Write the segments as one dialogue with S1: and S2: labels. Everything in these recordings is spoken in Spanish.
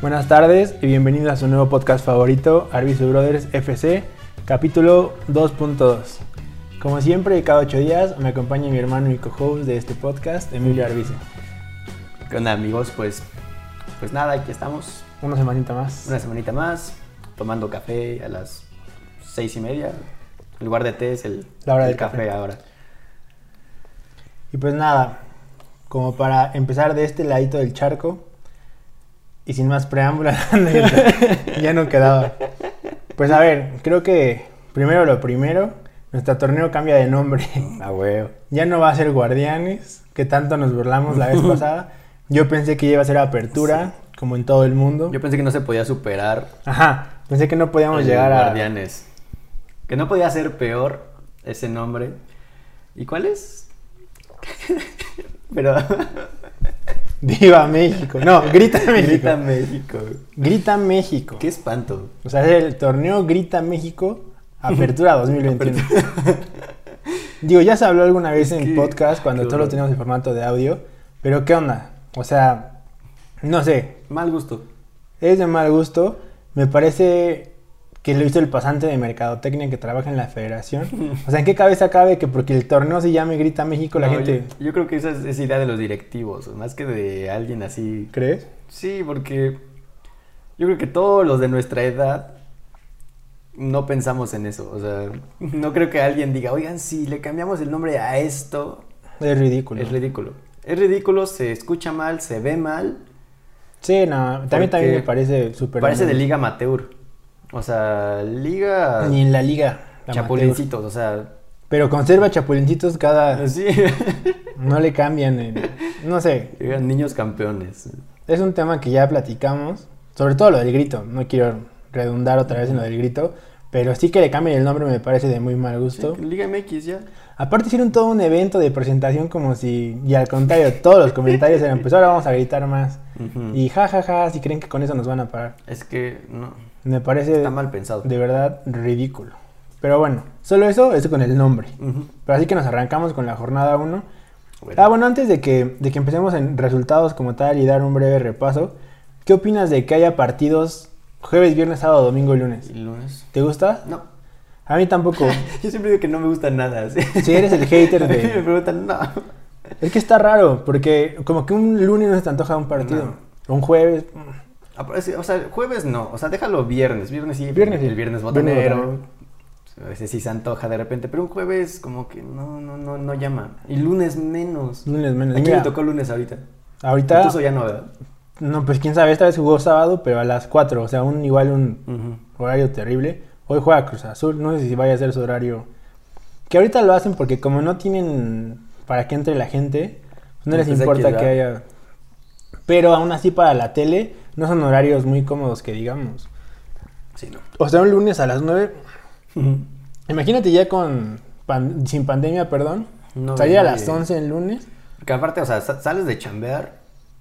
S1: Buenas tardes y bienvenidos a su nuevo podcast favorito, Arbisu Brothers FC, capítulo 2.2. Como siempre, cada ocho días me acompaña mi hermano y co-host de este podcast, Emilio Arbizu.
S2: ¿Qué onda amigos? Pues, pues nada, aquí estamos,
S1: Una semanita más.
S2: una semanita más, tomando café a las seis y media. En lugar de té es el,
S1: La hora
S2: el
S1: del
S2: café,
S1: café.
S2: ahora.
S1: Y pues nada, como para empezar de este ladito del charco, y sin más preámbulos, ya no quedaba. Pues a ver, creo que primero lo primero, nuestro torneo cambia de nombre.
S2: A huevo.
S1: Ya no va a ser Guardianes, que tanto nos burlamos la vez pasada. Yo pensé que iba a ser Apertura, como en todo el mundo.
S2: Yo pensé que no se podía superar
S1: Ajá, pensé que no podíamos
S2: el
S1: llegar a...
S2: Guardianes. Que no podía ser peor ese nombre. ¿Y cuál es? Pero...
S1: Viva México. No, Grita México.
S2: Grita México.
S1: Grita México.
S2: Qué espanto.
S1: O sea, es el torneo Grita México Apertura 2021. Digo, ya se habló alguna vez en el
S2: Qué-
S1: podcast cuando
S2: qué
S1: todo lo
S2: horror.
S1: teníamos en formato de audio, pero ¿qué onda? O sea, no sé,
S2: Mal gusto.
S1: Es de mal gusto. Me parece que lo hizo el pasante de mercadotecnia que trabaja en la federación. O sea, ¿en qué cabeza cabe que porque el torneo se llame Grita México la
S2: No,
S1: gente...
S2: Yo, yo creo que esa es, es idea de los directivos, más que de alguien así.
S1: ¿Crees?
S2: Sí, porque yo creo que todos los de nuestra edad no pensamos en eso. O sea, no creo que alguien diga, oigan, si le cambiamos el nombre a esto,
S1: Es ridículo.
S2: es ridículo. Es ridículo, se escucha mal, se ve mal.
S1: Sí, no, también,
S2: Porque
S1: también me parece súper...
S2: parece de liga amateur. O sea, liga
S1: Ni en la liga. la
S2: chapulincitos, o sea...
S1: amateur. Pero conserva chapulincitos cada...
S2: Sí,
S1: No le cambian el- No sé,
S2: Eran niños campeones.
S1: Es un tema que ya platicamos, sobre todo lo del grito, no quiero redundar otra vez en lo del grito, pero sí que le cambien el nombre me parece de muy mal gusto.
S2: Liga MX ya.
S1: Aparte hicieron todo un evento de presentación como si, y al contrario, todos los comentarios eran, pues ahora vamos a gritar más.
S2: Ujú.
S1: Y jajaja, si creen que con eso nos van a parar.
S2: Es que no.
S1: Me parece
S2: Está mal pensado.
S1: Eh, de verdad ridículo. Pero bueno, solo eso es con el nombre.
S2: Ujú.
S1: Pero así que nos arrancamos con la jornada 1.
S2: Bueno,
S1: Ah, bueno, antes de que, de que empecemos en resultados como tal y dar un breve repaso, ¿qué opinas de que haya partidos jueves, viernes, sábado, domingo y lunes?
S2: ¿y lunes?
S1: ¿Te gusta?
S2: No.
S1: A mí tampoco.
S2: Yo siempre digo que no me gusta nada. ¿sí?
S1: Si eres el hater
S2: A mí me
S1: de...
S2: preguntan, no. Ah,
S1: Es que está raro, porque como que un lunes no se te antoja un partido. Un jueves... mm,
S2: Aparece- O sea, jueves no. O sea, déjalo viernes. Viernes sí.
S1: Viernes sí.
S2: El
S1: Viernes
S2: viernes botanero.
S1: botanero.
S2: A veces sí se antoja de repente. Pero un jueves como que no, no, no, no llama. Y lunes menos.
S1: Lunes
S2: ¿A
S1: menos.
S2: quién
S1: Mira,
S2: le tocó lunes ahorita?
S1: ahorita...
S2: Tú ya no, ¿verdad?
S1: No, pues quién sabe, esta vez jugó sábado, pero a las 4. O sea, un igual un
S2: Ujú.
S1: horario terrible. Hoy juega Cruz Azul, no sé si vaya a ser su horario. Que ahorita lo hacen porque como no tienen para que entre la gente, pues no les
S2: Entonces,
S1: importa
S2: aquí,
S1: que
S2: ¿verdad?
S1: haya... Pero aún así para la tele no son horarios muy cómodos que digamos.
S2: Sí, no.
S1: O sea, un lunes a las 9, imagínate ya con pan- sin pandemia, perdón.
S2: No,
S1: Salir a
S2: nadie.
S1: las 11 el lunes.
S2: Porque aparte, o sea, sa- sales de chambear.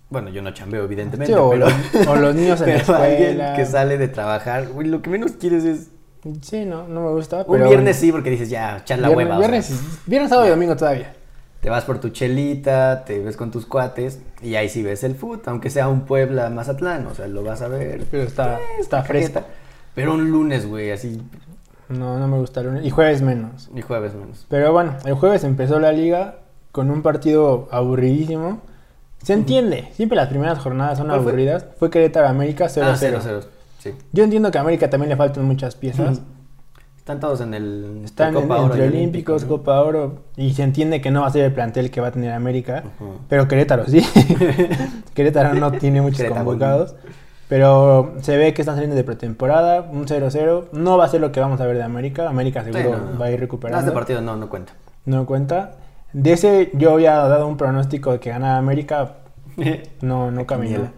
S2: Bueno, yo no chambeo, evidentemente.
S1: Sí, o
S2: pero...
S1: lo- o los niños en la
S2: pero alguien
S1: escuela.
S2: que sale de trabajar, güey, lo que menos quieres es
S1: Sí, no, no me gusta.
S2: Un
S1: pero
S2: viernes sí, porque dices, ya, echar la
S1: viernes-
S2: hueva. o sea,
S1: Viernes, viernes, sábado y domingo todavía.
S2: te vas por tu chelita, te ves con tus cuates, y ahí sí ves el fútbol, aunque sea un Puebla Mazatlán, o sea, lo vas a ver.
S1: Pero está, está fresca.
S2: Cajeta. Pero un lunes, güey, así,
S1: No, no me gusta el lunes. Y jueves menos.
S2: y jueves menos.
S1: Pero bueno, el jueves empezó la liga con un partido aburridísimo. Se entiende, siempre las primeras jornadas son
S2: ¿Cuál fue?
S1: aburridas. Fue, Querétaro América 0-0.
S2: Ah, cero, cero, Sí.
S1: Yo entiendo que a América también le faltan muchas piezas.
S2: Están todos en el.
S1: Están en-
S2: Oro y
S1: entre Olímpicos,
S2: ¿no?
S1: Copa Oro, y se entiende que no va a ser el plantel que va a tener América.
S2: Ujú.
S1: Pero Querétaro sí. Querétaro no tiene muchos
S2: Querétaro.
S1: convocados. Pero se ve que están saliendo de pretemporada, un 0-0. No va a ser lo que vamos a ver de América. América
S2: Sí,
S1: seguro
S2: no, no.
S1: va a ir
S2: No, este
S1: recuperando.
S2: partido no, no cuenta.
S1: No cuenta. De ese yo había dado un pronóstico de que ganaba América. No, no caminó.
S2: quiniela.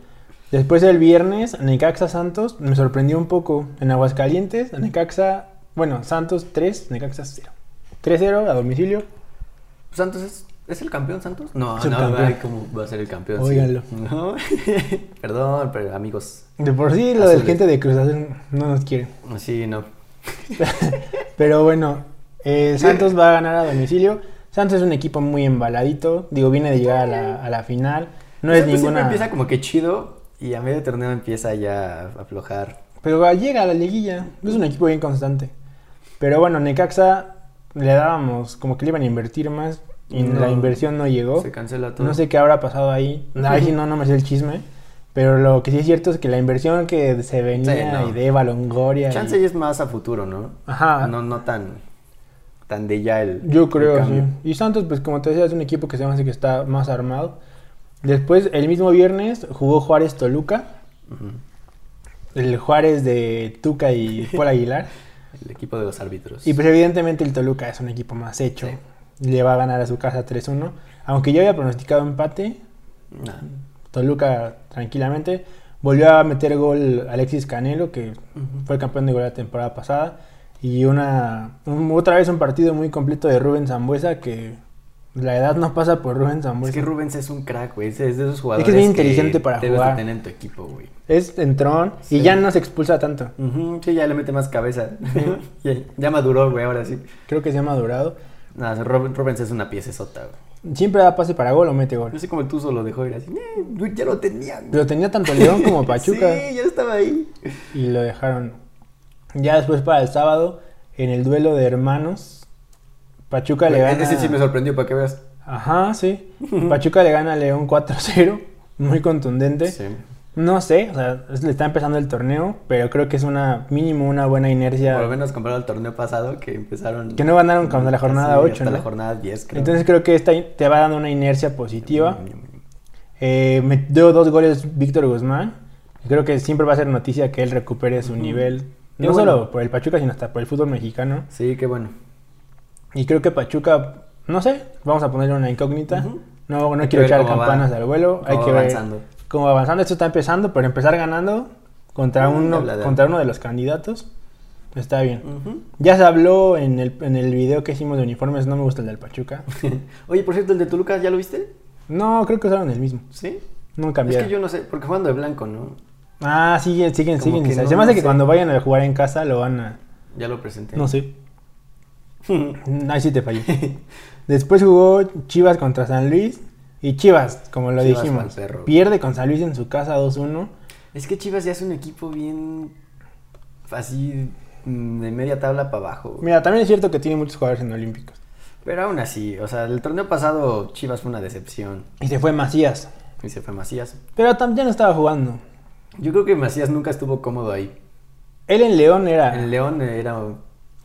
S1: Después el viernes, Necaxa Santos me sorprendió un poco. En Aguascalientes, Necaxa, bueno, Santos 3, Necaxa 0. 3-0 a domicilio.
S2: Santos es. ¿Es el campeón Santos? No,
S1: Es el
S2: no,
S1: campeón.
S2: ay, ¿cómo va a ser el campeón? Sí.
S1: Óiganlo.
S2: No. Perdón, pero amigos.
S1: De por sí lo de
S2: Azules.
S1: gente de Cruz Azul no nos quiere.
S2: Sí, no.
S1: Pero bueno, eh, Santos va a ganar a domicilio. Santos es un equipo muy embaladito. Digo, viene de llegar a la, a la final. No
S2: O sea,
S1: es
S2: pues, siempre
S1: ninguna...
S2: empieza como que chido Y a medio torneo empieza ya a aflojar.
S1: Pero va, llega a la liguilla. Es un equipo bien constante. Pero bueno, Necaxa le dábamos como que le iban a invertir más. Y
S2: No.
S1: la inversión no llegó.
S2: Se cancela todo.
S1: No sé qué habrá pasado ahí. Ahí sí no, no me sé el chisme. Pero lo que sí es cierto es que la inversión que se venía
S2: Sí, no.
S1: y de Balongoria.
S2: Chance ya es más a futuro, ¿no?
S1: Ajá.
S2: No, no tan, tan de ya el.
S1: Ah. Yo
S2: el
S1: creo, sí.
S2: cambio.
S1: Y Santos, pues como te decía, es un equipo que se me hace que está más armado. Después, el mismo viernes, jugó Juárez Toluca.
S2: Ujú.
S1: El Juárez de Tuca y Paul Aguilar.
S2: El equipo de los árbitros.
S1: Y pues evidentemente el Toluca es un equipo más hecho. Le va a ganar a su casa 3-1. Aunque yo había pronosticado empate,
S2: Nah.
S1: Toluca tranquilamente. Volvió a meter gol Alexis Canelo, que
S2: Ujú.
S1: fue campeón de gol la temporada pasada. Y una un- otra vez un partido muy completo de Rubén Zambuesa, que la edad no pasa por Rubén
S2: Es
S1: Zambuesa.
S2: que
S1: Es,
S2: Rubens es un crack, güey. Es es de esos jugadores.
S1: bien inteligente para
S2: debes de
S1: jugar.
S2: tener en tu equipo, güey.
S1: entrón y
S2: Sí.
S1: ya no se expulsa tanto.
S2: Ujú, Sí, ya le mete más cabeza. ya, ya maduró, güey, ahora sí.
S1: Creo que se ha madurado.
S2: Nah, Rub- Rubens es una pieza sota, güey.
S1: Siempre da pase para gol o mete gol.
S2: No sé cómo el Tuzo lo dejó ir así. "Eh, güey, ya lo tenían.
S1: Lo tenía tanto León como Pachuca.
S2: Sí, ya estaba ahí.
S1: y lo dejaron. Ya después para el sábado, en el duelo de hermanos, Pachuca le gana.
S2: Ese sí me sorprendió, para que veas.
S1: Ajá, sí. Pachuca le gana a León 4-0, muy contundente.
S2: Sí.
S1: No sé, o sea, es- le está empezando el torneo, pero creo que es una mínimo una buena
S2: Por lo
S1: inercia.
S2: menos comparado al torneo pasado que empezaron.
S1: Que no ganaron cuando la jornada
S2: Casi
S1: ocho,
S2: hasta
S1: ¿no?
S2: la jornada 10, creo.
S1: Entonces creo que esta in- te va dando una inercia positiva. Eh, metió dos goles Víctor Guzmán. Creo que siempre va a ser noticia que él recupere su nivel,
S2: Qué
S1: no
S2: bueno.
S1: solo por el Pachuca, sino hasta por el fútbol mexicano.
S2: Sí, qué bueno.
S1: Y creo que Pachuca, no sé, vamos a ponerle una incógnita.
S2: Ujú.
S1: No, no
S2: Hay que
S1: quiero
S2: ver
S1: echar
S2: cómo va-
S1: campanas al vuelo. Hay
S2: cómo
S1: que
S2: va
S1: ver
S2: avanzando.
S1: cómo va avanzando. Esto está empezando, pero empezar ganando contra
S2: Mm,
S1: uno,
S2: habla de-
S1: contra uno de los candidatos está bien. Ya se habló en el, en el video que hicimos de uniformes, no me gusta el del Pachuca.
S2: Oye, por cierto, el de Toluca, ¿ya lo viste?
S1: No, creo que usaron el mismo.
S2: Sí.
S1: No cambiaron.
S2: Es que yo no sé, porque jugando de blanco, ¿no?
S1: Ah, siguen, siguen,
S2: Como
S1: siguen.
S2: que
S1: sin saber.
S2: no,
S1: se me hace
S2: no
S1: que
S2: sé.
S1: cuando vayan a jugar en casa lo van a...
S2: Ya lo presenté.
S1: No sé. Ahí sí te fallé. Después jugó Chivas contra San Luis. Y Chivas, como lo
S2: Chivas
S1: dijimos,
S2: pa'l perro.
S1: pierde con San Luis en su casa 2-1.
S2: es que Chivas ya es un equipo bien. así. mm, de media tabla para abajo. güey.
S1: Mira, también es cierto que tiene muchos jugadores en Olímpicos.
S2: Pero aún así, o sea, el torneo pasado Chivas fue una decepción.
S1: Y se fue Macías.
S2: Y se fue Macías.
S1: Pero también no estaba jugando.
S2: Yo creo que Macías nunca estuvo cómodo ahí.
S1: Él en León era.
S2: En León era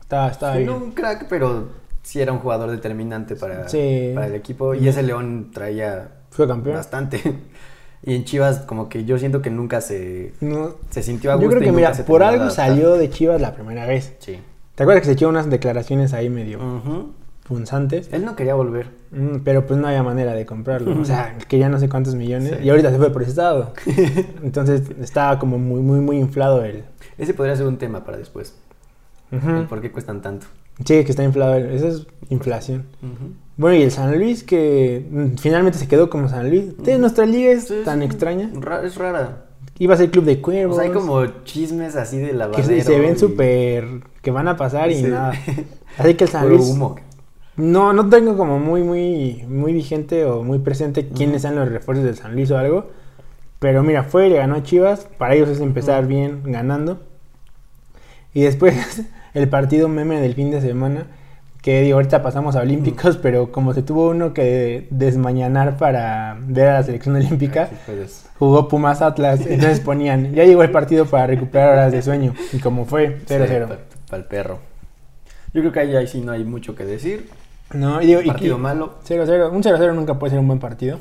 S1: Estaba, estaba Ah.
S2: Sí,
S1: bien.
S2: no un crack, pero sí era un jugador determinante para,
S1: Sí.
S2: para el equipo. Y ese León traía
S1: Fue campeón.
S2: bastante. Y en Chivas, como que yo siento que nunca se,
S1: No-
S2: se sintió a
S1: Yo
S2: gusto.
S1: creo
S2: y
S1: que,
S2: nunca
S1: mira,
S2: se
S1: por
S2: terminó de
S1: algo
S2: adaptar.
S1: salió de Chivas la primera vez.
S2: Sí.
S1: ¿Te acuerdas que se echó unas declaraciones ahí medio
S2: Ujú.
S1: punzantes?
S2: Él no quería volver.
S1: Mm, pero pues no había manera de comprarlo. O sea, que ya no sé cuántos millones.
S2: Sí.
S1: Y ahorita se fue prestado. Entonces estaba como muy, muy, muy inflado el.
S2: Ese podría ser un tema para después.
S1: Ujú.
S2: el ¿Por qué cuestan tanto?
S1: Sí, que está inflado. el- Esa es inflación.
S2: Ujú.
S1: Bueno, y el San Luis que mm, finalmente se quedó como San Luis. Entonces, nuestra liga es
S2: Sí,
S1: tan
S2: sí.
S1: extraña.
S2: Ra- es rara.
S1: Iba a ser club de
S2: O
S1: cuervos.
S2: sea, hay como chismes así de
S1: que
S2: lavadero.
S1: se, se ven
S2: y
S1: súper que van a pasar y
S2: Sí.
S1: nada. Pues, Así que el San
S2: puro
S1: Luis
S2: humo.
S1: no no tengo como muy muy muy vigente o muy presente quiénes sean los refuerzos del San Luis o algo. Pero mira, fue y le ganó a Chivas, para ellos es empezar bien ganando. Y después el partido meme del fin de semana que digo, ahorita pasamos a olímpicos, pero como se tuvo uno que desmañanar para ver a la selección olímpica,
S2: Aquí puedes.
S1: jugó Pumas Atlas, entonces ponían, ya llegó el partido para recuperar horas de sueño, y como fue, 0-0.
S2: Para el perro. Yo creo que ahí, ahí sí no hay mucho que decir.
S1: No, y digo, y-
S2: Partido
S1: y-
S2: malo.
S1: 0-0, un 0-0 nunca puede ser un buen partido.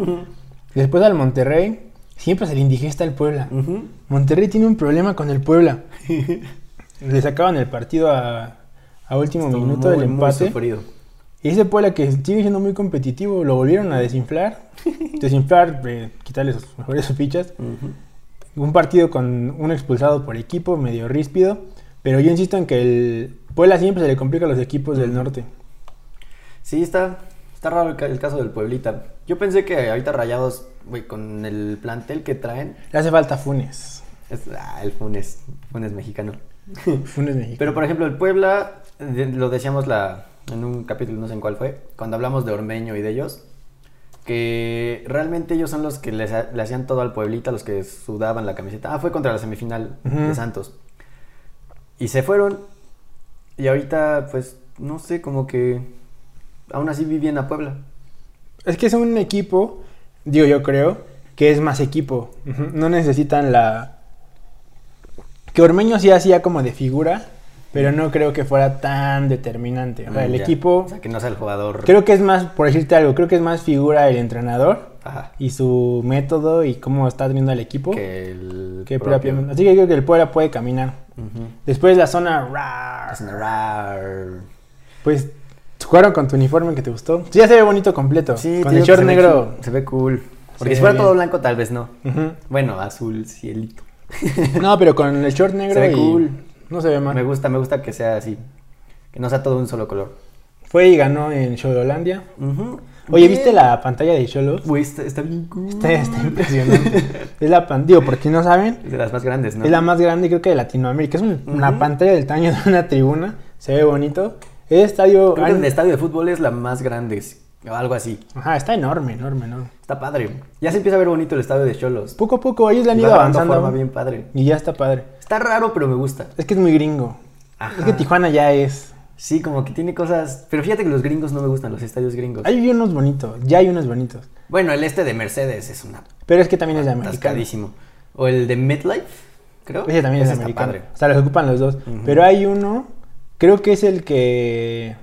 S1: Después al Monterrey, siempre se le indigesta al Puebla.
S2: Ujú.
S1: Monterrey tiene un problema con el Puebla. le sacaban el partido a, a último
S2: Estuvo
S1: minuto
S2: muy,
S1: del
S2: muy
S1: empate.
S2: sufrido.
S1: Y ese Puebla que sigue siendo muy competitivo, lo volvieron a desinflar. desinflar, eh, quitarle sus mejores fichas. Un partido con un expulsado por equipo, medio ríspido. Pero yo insisto en que el Puebla siempre se le complica a los equipos
S2: Mm.
S1: del norte.
S2: Sí, está, está raro el, ca- el caso del Pueblita. Yo pensé que ahorita Rayados, güey, con el plantel que traen,
S1: Le hace falta Funes.
S2: es ah, el Funes, Funes mexicano.
S1: Funes México.
S2: Pero por ejemplo, el Puebla, de- lo decíamos la, en un capítulo, no sé en cuál fue, cuando hablamos de Ormeño y de ellos, que realmente ellos son los que les ha- le hacían todo al pueblito, a los que sudaban la camiseta. Ah, fue contra la semifinal
S1: Ujú.
S2: de Santos. Y se fueron. Y ahorita, pues, no sé, como que aún así vivían a Puebla.
S1: Es que es un equipo, digo yo creo, que es más equipo. Ujú, No necesitan la... Que Ormeño sí hacía como de figura, pero no creo que fuera tan determinante. O sea, el
S2: Mm, Ya.
S1: equipo...
S2: O sea, que no sea el jugador.
S1: Creo que es más, por decirte algo, creo que es más figura el entrenador
S2: Ajá.
S1: y su método y cómo está teniendo el equipo que,
S2: Que el. propio.
S1: propiamente. Así que creo que el Puebla puede caminar.
S2: Ujú.
S1: Después la zona... rar,
S2: Es una rar.
S1: Pues jugaron con tu uniforme que te gustó. Sí, ya se ve bonito completo.
S2: Sí,
S1: con
S2: te
S1: el
S2: digo que
S1: short
S2: se ve
S1: negro.
S2: cool, Se ve cool.
S1: Se ve
S2: Porque si fuera
S1: bien.
S2: todo blanco, tal vez no.
S1: Ujú.
S2: Bueno, azul, cielito.
S1: No, pero con el short negro
S2: Se ve
S1: y
S2: cool.
S1: no se ve
S2: Me
S1: mal.
S2: gusta, me gusta que sea así. Que no sea todo un solo color.
S1: Fue y ganó en Shololandia. Oye, ¿viste la pantalla de Cholos?
S2: Güey, está, está bien cool.
S1: Está, está impresionante. es la pan, digo, por si no saben,
S2: Es de las más grandes, ¿no?
S1: es la más grande creo que de Latinoamérica. Es un- una
S2: Ujú.
S1: pantalla del tamaño de una tribuna. Se ve bonito. El estadio...
S2: Creo que
S1: han-
S2: el estadio de fútbol es la más grande. es- O algo así.
S1: Ajá, está enorme, enorme, ¿no?
S2: Está padre. Ya se empieza a ver bonito el estadio de Cholos.
S1: Poco a poco ellos le Pues, han
S2: Y
S1: ido
S2: va dando
S1: avanzando.
S2: forma bien padre.
S1: Y ya está padre.
S2: Está raro, pero me gusta.
S1: Es que es muy gringo. Es que
S2: Ajá.
S1: Tijuana ya es...
S2: Sí, como que tiene cosas. Pero fíjate que los gringos no me gustan, los estadios gringos.
S1: Hay unos bonitos, ya hay unos bonitos.
S2: Bueno, el este de Mercedes es una
S1: Pero es que también es de americano.
S2: atascadísimo. O el de MetLife, creo.
S1: Ese también es
S2: está
S1: americano.
S2: padre.
S1: O sea, los ocupan los dos.
S2: Ujú.
S1: Pero hay uno, creo que es el que.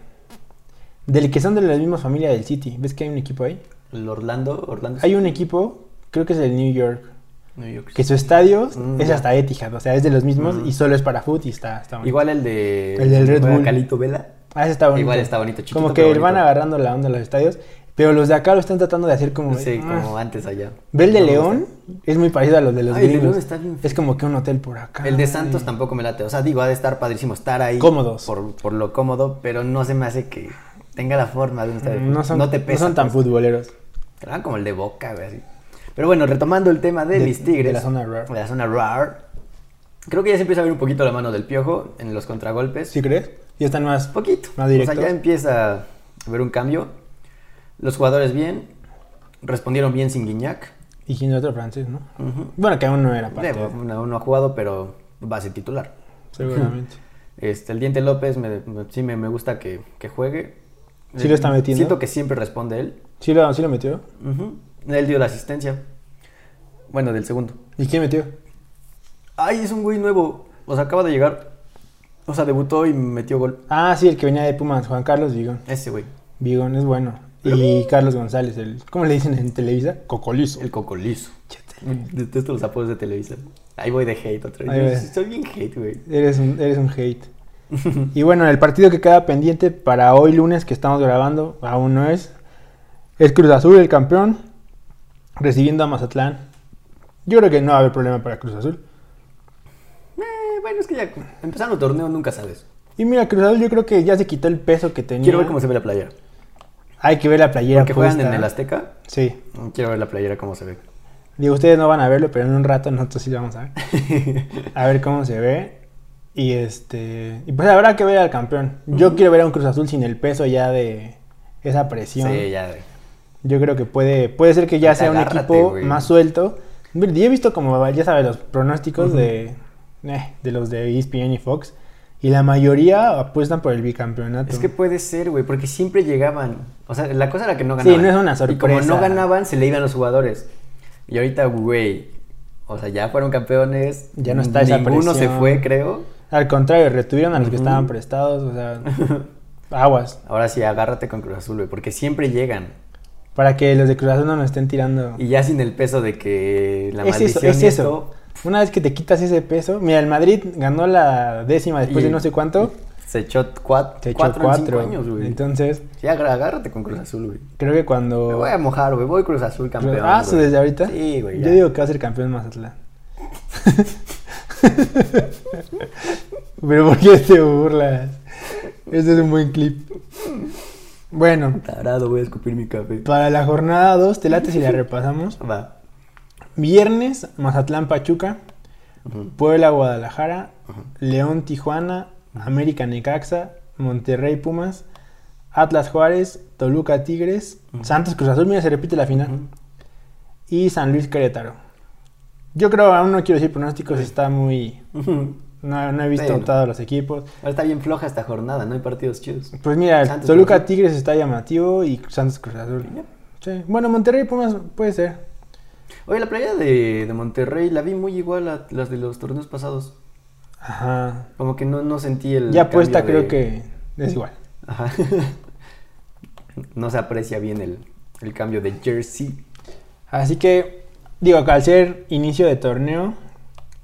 S1: Del que son de la misma familia del City. ¿Ves que hay un equipo ahí?
S2: El Orlando, Orlando.
S1: Hay un equipo, creo que es el New York.
S2: New York.
S1: Que su estadio
S2: Mm,
S1: es
S2: ya.
S1: hasta Etihad. O sea, es de los mismos
S2: Mm.
S1: y solo es para foot y está, está bonito.
S2: Igual el de.
S1: El del Red
S2: juega
S1: Bull.
S2: Calito Vela.
S1: Ah, ese está bonito.
S2: Igual está bonito, chiquito,
S1: Como
S2: pero
S1: que van
S2: bonito.
S1: agarrando la onda los estadios. Pero los de acá lo están tratando de hacer como.
S2: Sí,
S1: ah.
S2: como antes allá.
S1: Ve el de
S2: No me
S1: León, es muy parecido a los de los
S2: Ay, el de
S1: gringos.
S2: León está bien
S1: Es como que un hotel por acá.
S2: gusta. El de Santos
S1: y-
S2: tampoco me late. O sea, digo, ha de estar padrísimo estar ahí.
S1: Cómodos.
S2: Por, por lo cómodo, pero no se me hace que tenga la forma de un estadio. de
S1: Mm, No
S2: fútbol.
S1: son,
S2: te
S1: no
S2: pesa.
S1: son tan
S2: pues.
S1: futboleros.
S2: Era como el de Boca, güey, así. Pero bueno, retomando el tema de,
S1: De-
S2: mis Tigres.
S1: de la zona rar.
S2: de la zona rar. Creo que ya se empieza a ver un poquito la mano del Piojo en los contragolpes.
S1: ¿Sí crees? Y están más.
S2: Un poquito.
S1: Más
S2: o sea,
S1: directos.
S2: ya empieza a haber un cambio. Los jugadores bien. Respondieron bien sin Guiñac.
S1: Y quién otro francés, ¿no?
S2: Ujú.
S1: Bueno, que aún no era parte.
S2: Debo,
S1: de-
S2: no, no ha jugado, pero va a ser titular.
S1: Seguramente.
S2: Este, el Diente López me- me- sí me, me gusta que, que juegue. Eh,
S1: Sí lo está metiendo.
S2: Siento que siempre responde él.
S1: ¿Sí lo, sí lo metió?
S2: Ujú. Él dio la asistencia. Bueno, del segundo.
S1: ¿Y quién metió?
S2: Ay, es un güey nuevo. O sea, acaba de llegar. O sea, debutó y metió gol.
S1: Ah, sí, el que venía de Pumas, Juan Carlos Vigón.
S2: Ese güey.
S1: Vigón es bueno. Y Carlos González, el. ¿Cómo le dicen en Televisa? Cocolizo.
S2: El cocolizo.
S1: Chete.
S2: Detesto los apodos de Televisa. Ahí voy de hate otra
S1: Ahí
S2: vez.
S1: voy.
S2: Soy bien hate, güey.
S1: Eres un, eres un hate. y bueno, el partido que queda pendiente para hoy lunes que estamos grabando, aún no es. Es Cruz Azul, el campeón, recibiendo a Mazatlán. Yo creo que no va a haber problema para Cruz Azul.
S2: Eh, bueno, es que ya empezando el torneo nunca sabes.
S1: Y mira, Cruz Azul yo creo que ya se quitó el peso que tenía.
S2: Quiero ver cómo se ve la playera.
S1: Hay que ver la playera
S2: Porque juegan
S1: puesta.
S2: en el Azteca. mm,
S1: Sí.
S2: Quiero ver la playera cómo se ve.
S1: Digo, ustedes no van a verlo, pero en un rato nosotros sí lo vamos a ver. A ver cómo se ve. Y este... Y pues habrá que ver al campeón. Yo quiero ver a un Cruz Azul sin el peso ya de esa presión.
S2: sí, ya. güey.
S1: Yo creo que puede, puede ser que ya sea un
S2: Agárrate,
S1: equipo
S2: güey.
S1: más suelto. Mira, Yo he visto como, ya sabes, los pronósticos de, eh, de los de ESPN y Fox. Y la mayoría apuestan por el bicampeonato.
S2: Es que puede ser, güey, porque siempre llegaban. O sea, la cosa era que no
S1: Sí,
S2: ganaban.
S1: no es una
S2: Y como
S1: sorpresa.
S2: no ganaban, se le iban los jugadores. Y ahorita, güey, o sea, ya fueron campeones.
S1: Ya no está esa
S2: Ninguno se
S1: presión.
S2: fue, creo.
S1: Al contrario, retuvieron a los que
S2: Ujú.
S1: estaban prestados. O sea, aguas.
S2: Ahora sí, agárrate con Cruz Azul, güey, porque siempre llegan.
S1: Para que los de Cruz Azul no nos estén tirando.
S2: Y ya sin el peso de que la
S1: es eso,
S2: maldición
S1: es
S2: y
S1: eso. Una vez que te quitas ese peso. Mira, el Madrid ganó la décima después
S2: Y-
S1: de no sé cuánto.
S2: Se echó cuat-
S1: Se echó
S2: cuatro, en cinco
S1: cuatro.
S2: años, güey.
S1: Entonces,
S2: Sí, agá- agárrate con Cruz Azul, güey.
S1: creo que
S2: Me
S1: cuando.
S2: voy a mojar, güey. Voy Cruz Azul campeón.
S1: ah, ¿so
S2: güey.
S1: desde ahorita?
S2: Sí, güey.
S1: Yo
S2: ya.
S1: digo que va a ser campeón Mazatlán. Pero ¿por qué te burlas? Este es un buen clip. Bueno,
S2: Tarado, voy a escupir mi café.
S1: para la jornada 2, te late si la repasamos.
S2: Va.
S1: Viernes, Mazatlán Pachuca,
S2: Ujú.
S1: Puebla Guadalajara, León Tijuana, América Necaxa, Monterrey Pumas, Atlas Juárez, Toluca Tigres,
S2: Ujú.
S1: Santos Cruz Azul, mira, se repite la final.
S2: Ujú.
S1: Y San Luis Querétaro. Yo creo, aún no quiero decir pronósticos,
S2: Sí.
S1: está muy...
S2: Ujú.
S1: No, no he visto
S2: Sí, no.
S1: todos los equipos.
S2: Ahora está bien floja esta jornada, no hay partidos chidos.
S1: Pues mira,
S2: Santos
S1: Toluca
S2: Cruz Azul.
S1: Tigres está llamativo y Santos Cruz Azul. Sí. Bueno, Monterrey Pumas puede ser.
S2: Oye, la playa de, de Monterrey la vi muy igual a las de los torneos pasados.
S1: Ajá.
S2: Como que no, no sentí el.
S1: Ya apuesta
S2: cambio
S1: creo
S2: de-
S1: que es igual.
S2: Ajá. no se aprecia bien el, el cambio de jersey.
S1: Así que, digo, al ser inicio de torneo,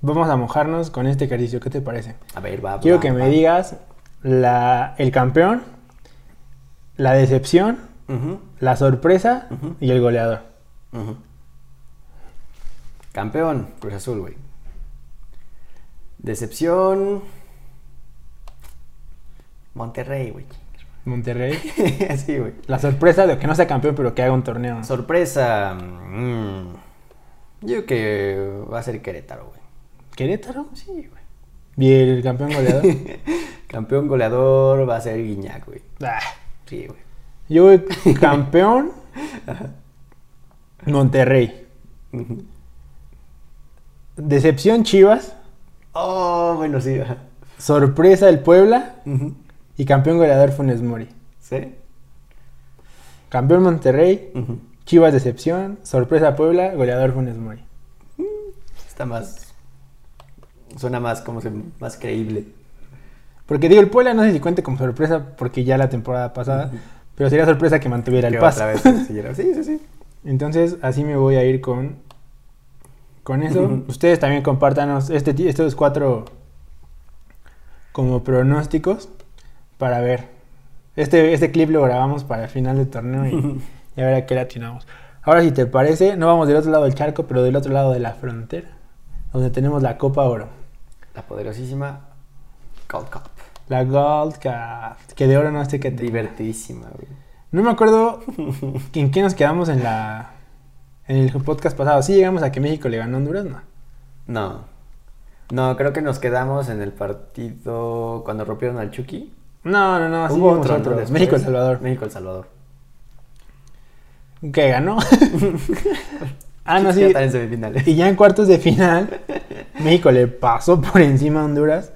S1: vamos a mojarnos con este ejercicio. ¿Qué te parece?
S2: A ver, va.
S1: Quiero
S2: va,
S1: que me
S2: va.
S1: digas la, el campeón, la decepción,
S2: Ujú,
S1: la sorpresa
S2: Ujú.
S1: y el goleador.
S2: ujú. Campeón, Cruz Azul, güey. Decepción. Monterrey, güey.
S1: Monterrey.
S2: sí, güey.
S1: La sorpresa de que no sea campeón, pero que haga un torneo.
S2: Sorpresa. mm, Yo creo que va a ser Querétaro, güey.
S1: ¿Querétaro?
S2: Sí, güey.
S1: ¿Y el campeón goleador?
S2: Campeón goleador va a ser Guiñac, güey.
S1: Ah,
S2: Sí, güey.
S1: yo voy campeón Monterrey.
S2: Ujú.
S1: Decepción Chivas.
S2: Oh, bueno, sí. ajá.
S1: Sorpresa el Puebla.
S2: Ujú.
S1: Y campeón goleador Funes Mori.
S2: ¿Sí?
S1: Campeón Monterrey.
S2: Ujú.
S1: Chivas decepción. Sorpresa Puebla. Goleador Funes Mori.
S2: Está más. Suena más como se- más creíble.
S1: Porque digo, el Puebla no sé si cuente como sorpresa porque ya la temporada pasada. Pero sería sorpresa que mantuviera el
S2: Que
S1: paso.
S2: otra vez se siguiera. Sí, sí, sí.
S1: Entonces, así me voy a ir con, con eso.
S2: Ujú.
S1: Ustedes también compártanos este, ti- estos cuatro como pronósticos para ver. Este, este clip lo grabamos para el final del torneo y, y a ver a qué le atinamos. Ahora, si te parece, no vamos del otro lado del charco, pero del otro lado de la frontera, donde tenemos la Copa Oro.
S2: La poderosísima Cold Cup.
S1: La Gold Cup, que de oro no sé qué te...
S2: Divertidísima, güey.
S1: No me acuerdo en qué nos quedamos en la... En el podcast pasado, sí llegamos a que México le ganó a Honduras, ¿no?
S2: No. No, creo que nos quedamos en el partido cuando rompieron al Chucky.
S1: No, no, no, así
S2: Hubo
S1: Ah, vimos
S2: otro, ¿no?
S1: otro.
S2: Después.
S1: México El Salvador.
S2: México El Salvador.
S1: Que ganó. ah, no,
S2: Chucky
S1: sí.
S2: ya está en semifinales.
S1: Y ya en cuartos de final, México le pasó por encima a Honduras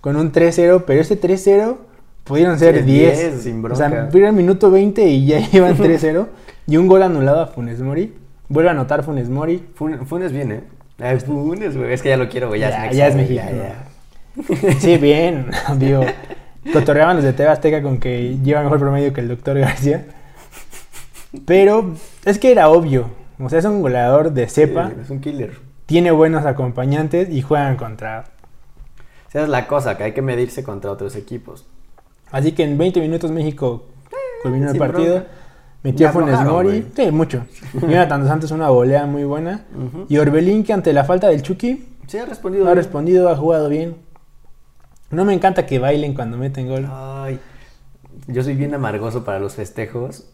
S1: con un 3-0, pero ese 3-0 pudieron ser
S2: Sí,
S1: 10.
S2: 10, sin
S1: O sea,
S2: bronca.
S1: vieron el minuto 20 y ya iban 3-0. y un gol anulado a Funes Mori. Vuelve a anotar Funes Mori.
S2: Fun- Funes viene. Ay, Funes, güey. Es que ya lo quiero, güey. Ya,
S1: Ya,
S2: es
S1: ya es
S2: mexicano, güey,
S1: mexicano. Sí, bien, digo. Cotorreaban los de TV Azteca con que lleva mejor promedio que el doctor García. Pero es que era obvio. O sea, es un goleador de cepa,
S2: Sí, es un killer.
S1: tiene buenos acompañantes y juegan contra.
S2: O sea, es la cosa, que hay que medirse contra otros equipos.
S1: Así que en 20 minutos México culminó el
S2: sin
S1: partido.
S2: bronca.
S1: Metió a
S2: Ya
S1: Funes
S2: aflojaron,
S1: Mori. Sí, mucho. Jonathan dos Santos una volea muy buena.
S2: Ujú.
S1: Y Orbelín, que ante la falta del Chucky,
S2: Sí, ha respondido.
S1: ha
S2: bien.
S1: respondido, ha jugado bien. No me encanta que bailen cuando meten gol.
S2: Ay, yo soy bien amargoso para los festejos.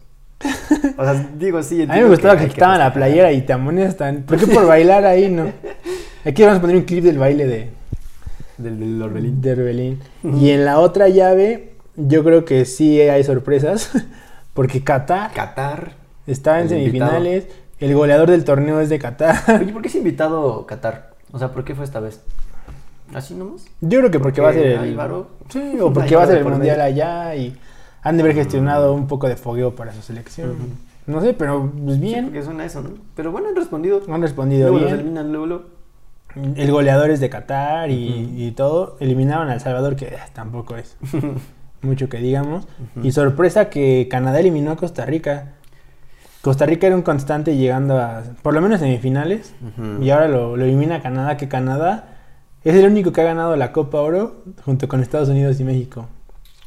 S2: O sea, digo, sí.
S1: A mí me gustaba que, quitaban la playera y te amonestan. ¿Por qué por bailar ahí, no? Aquí vamos a poner un clip del baile de,
S2: Del, del Orbelín.
S1: de Orbelín. Y en la otra llave, yo creo que sí hay sorpresas. Porque Qatar
S2: Qatar.
S1: está en
S2: El
S1: semifinales. El goleador del torneo es de Qatar.
S2: Oye, ¿por qué es invitado Qatar? O sea, ¿por qué fue esta vez? ¿Así nomás?
S1: Yo creo que porque va a ser
S2: ¿Hay
S1: el.
S2: varo?
S1: Sí, o
S2: Hay
S1: porque va a
S2: varo
S1: ser
S2: de
S1: el
S2: Eh, por
S1: mundial
S2: medio. Mm.
S1: allá y han de haber gestionado un poco de fogueo para su selección.
S2: Ujú.
S1: No sé, pero pues
S2: Sí,
S1: bien.
S2: porque suena eso, ¿no? Pero bueno, han respondido.
S1: Han respondido
S2: Luego los
S1: bien.
S2: eliminan, luego, luego.
S1: El goleador es de Qatar y,
S2: Ujú.
S1: y todo. Eliminaron a El Salvador, que eh, tampoco es mucho que digamos. Y sorpresa que Canadá eliminó a Costa Rica. Costa Rica era un constante llegando a, por lo menos semifinales.
S2: Ujú.
S1: Y ahora lo, lo elimina Canadá, que Canadá es el único que ha ganado la Copa Oro junto con Estados Unidos y México.